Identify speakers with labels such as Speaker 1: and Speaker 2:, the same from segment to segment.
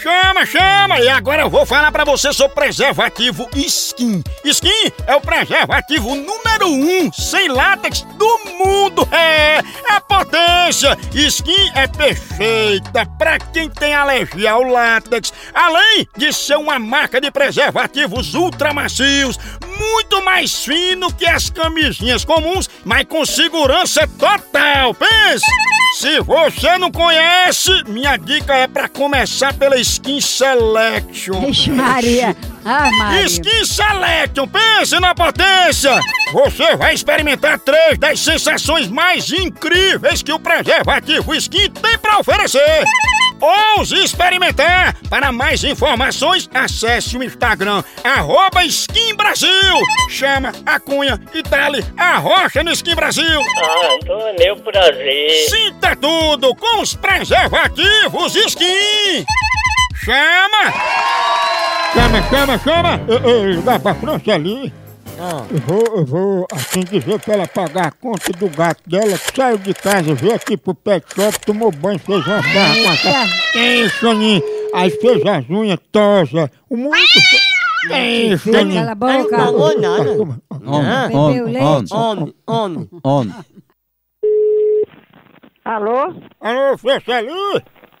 Speaker 1: Chama, chama! E agora eu vou falar pra você sobre preservativo Skin. Skin é o preservativo número um sem látex do mundo. É, é potência. Skin é perfeita pra quem tem alergia ao látex. Além de ser uma marca de preservativos ultramacios, muito mais fino que as camisinhas comuns, mas com segurança total. Pense! Se você não conhece, minha dica é pra começar pela Skin Selection.
Speaker 2: Ixi, Maria! Ah, Maria!
Speaker 1: Skin Selection, pense na potência! Você vai experimentar três das sensações mais incríveis que o preservativo Skin tem pra oferecer. Ouse experimentar! Para mais informações, acesse o Instagram, arroba Skin Brasil. Chama, acunha e tele a rocha no Skin Brasil.
Speaker 3: Ah, do meu prazer.
Speaker 1: Sinta tudo com os preservativos Skin. Chama! Chama, chama, chama! Ei, ei, dá pra França ali. Eu vou, eu vou assim dizer pra ela pagar a conta do gato dela, que saiu de casa, veio aqui pro pet shop, tomou banho, fez uma barra com a cara. Ei, Soninho, aí fez as unhas, tosa, o mundo... Ei, Soninho.
Speaker 2: Cala a
Speaker 4: Mas não
Speaker 2: boca!
Speaker 4: pagou nada.
Speaker 5: Né? Homem,
Speaker 2: Bebeu
Speaker 5: homem,
Speaker 2: leite.
Speaker 5: homem,
Speaker 4: Homem, homem.
Speaker 5: homem.
Speaker 6: Alô?
Speaker 1: Alô, Franceli?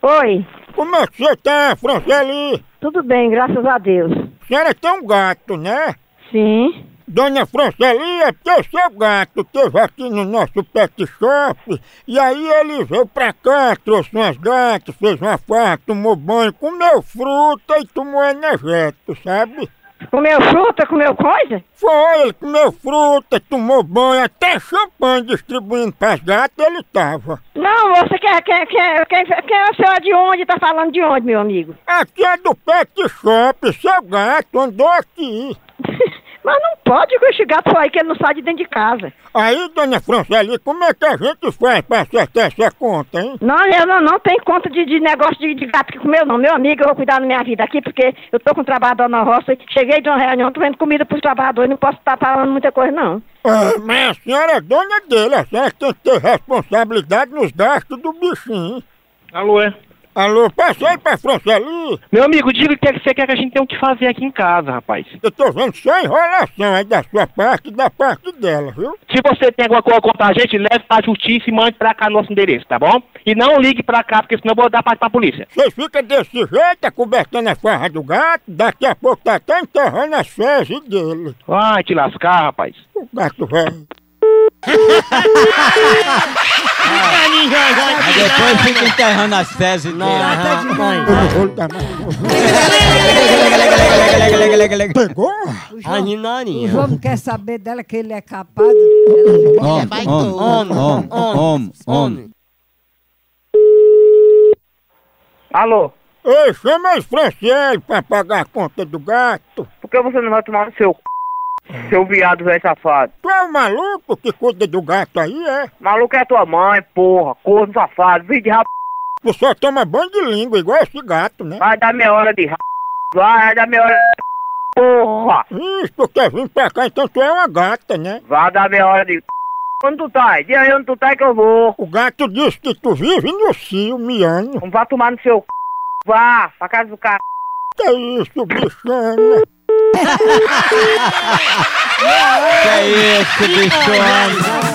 Speaker 6: Oi,
Speaker 1: Como é que você tá, Franceli?
Speaker 6: tudo bem, graças a Deus.
Speaker 1: A senhora tem um gato, né?
Speaker 6: Sim.
Speaker 1: Dona Franceli, é porque o seu gato esteve aqui no nosso pet shop e aí ele veio pra cá, trouxe umas gatas, fez uma farra, tomou banho, comeu fruta e tomou energético, sabe?
Speaker 6: Comeu fruta, comeu coisa?
Speaker 1: Foi, ele comeu fruta, tomou banho, até champanhe distribuindo pras gatas ele tava.
Speaker 6: Não, você quer, quer, quer, quem, quem é o senhor de onde? Tá falando de onde, meu amigo?
Speaker 1: Aqui é do pet shop, seu gato andou aqui.
Speaker 6: Mas não pode com esse gato aí que ele não sai de dentro de casa.
Speaker 1: Aí, dona Franceli, como é que a gente faz pra acertar essa conta, hein?
Speaker 6: Não, eu não, não tenho conta de, de negócio de, de gato que comeu, não. Meu amigo, eu vou cuidar da minha vida aqui, porque eu tô com um trabalhador na roça. Cheguei de uma reunião, tô vendo comida pros trabalhadores, não posso estar falando muita coisa, não.
Speaker 1: Ah, mas a senhora é dona dele, a senhora tem que ter responsabilidade nos gastos do bichinho.
Speaker 7: Alô, é?
Speaker 1: Alô, passei pra Franceli,
Speaker 7: Meu amigo, diga o que é que você quer que a gente tenha o que fazer aqui em casa, rapaz.
Speaker 1: eu tô vendo só enrolação aí da sua parte e da parte dela, viu?
Speaker 7: Se você tem alguma coisa contra a gente, leve pra justiça e mande pra cá nosso endereço, tá bom? E não ligue pra cá, porque senão eu vou dar pra, pra polícia.
Speaker 1: Vocês ficam desse jeito, acobertando a farra do gato, daqui a pouco tá até enterrando as fezes dele.
Speaker 7: Vai te lascar, rapaz.
Speaker 1: O gato velho.
Speaker 5: Aí depois fica enterrando as fezes dele.
Speaker 4: Aham, mãe.
Speaker 1: Eu vou lhe dar mais- Pegou?
Speaker 4: Aí,
Speaker 2: O
Speaker 4: narinha.
Speaker 2: homem quer saber dela que ele é capado. Ela fica...
Speaker 5: Homem, homem, homem, homem, homem.
Speaker 6: Alô?
Speaker 1: Ei, chama os Franciele pra pagar a conta do gato.
Speaker 7: Por que você não vai tomar no seu c... seu viado velho safado?
Speaker 1: Tu é o maluco que cuida do gato aí, é?
Speaker 7: Maluco é tua mãe, porra. Corno safado, vídeo de rap...
Speaker 1: Tu só toma banho de língua, igual esse gato, né?
Speaker 7: Vai dar meia hora de rap... Vai dar meia hora de Porra!
Speaker 1: Isso, tu quer vir pra cá, então tu é uma gata, né?
Speaker 7: Vai dar meia hora de Onde tu tá? Diz aí onde tu tá que eu vou.
Speaker 1: O gato diz que tu vive no cio, miando.
Speaker 7: Não vá tomar no seu c... Vá, pra casa do cara.
Speaker 1: Que é isso, bichona?
Speaker 5: é Que isso, bichona?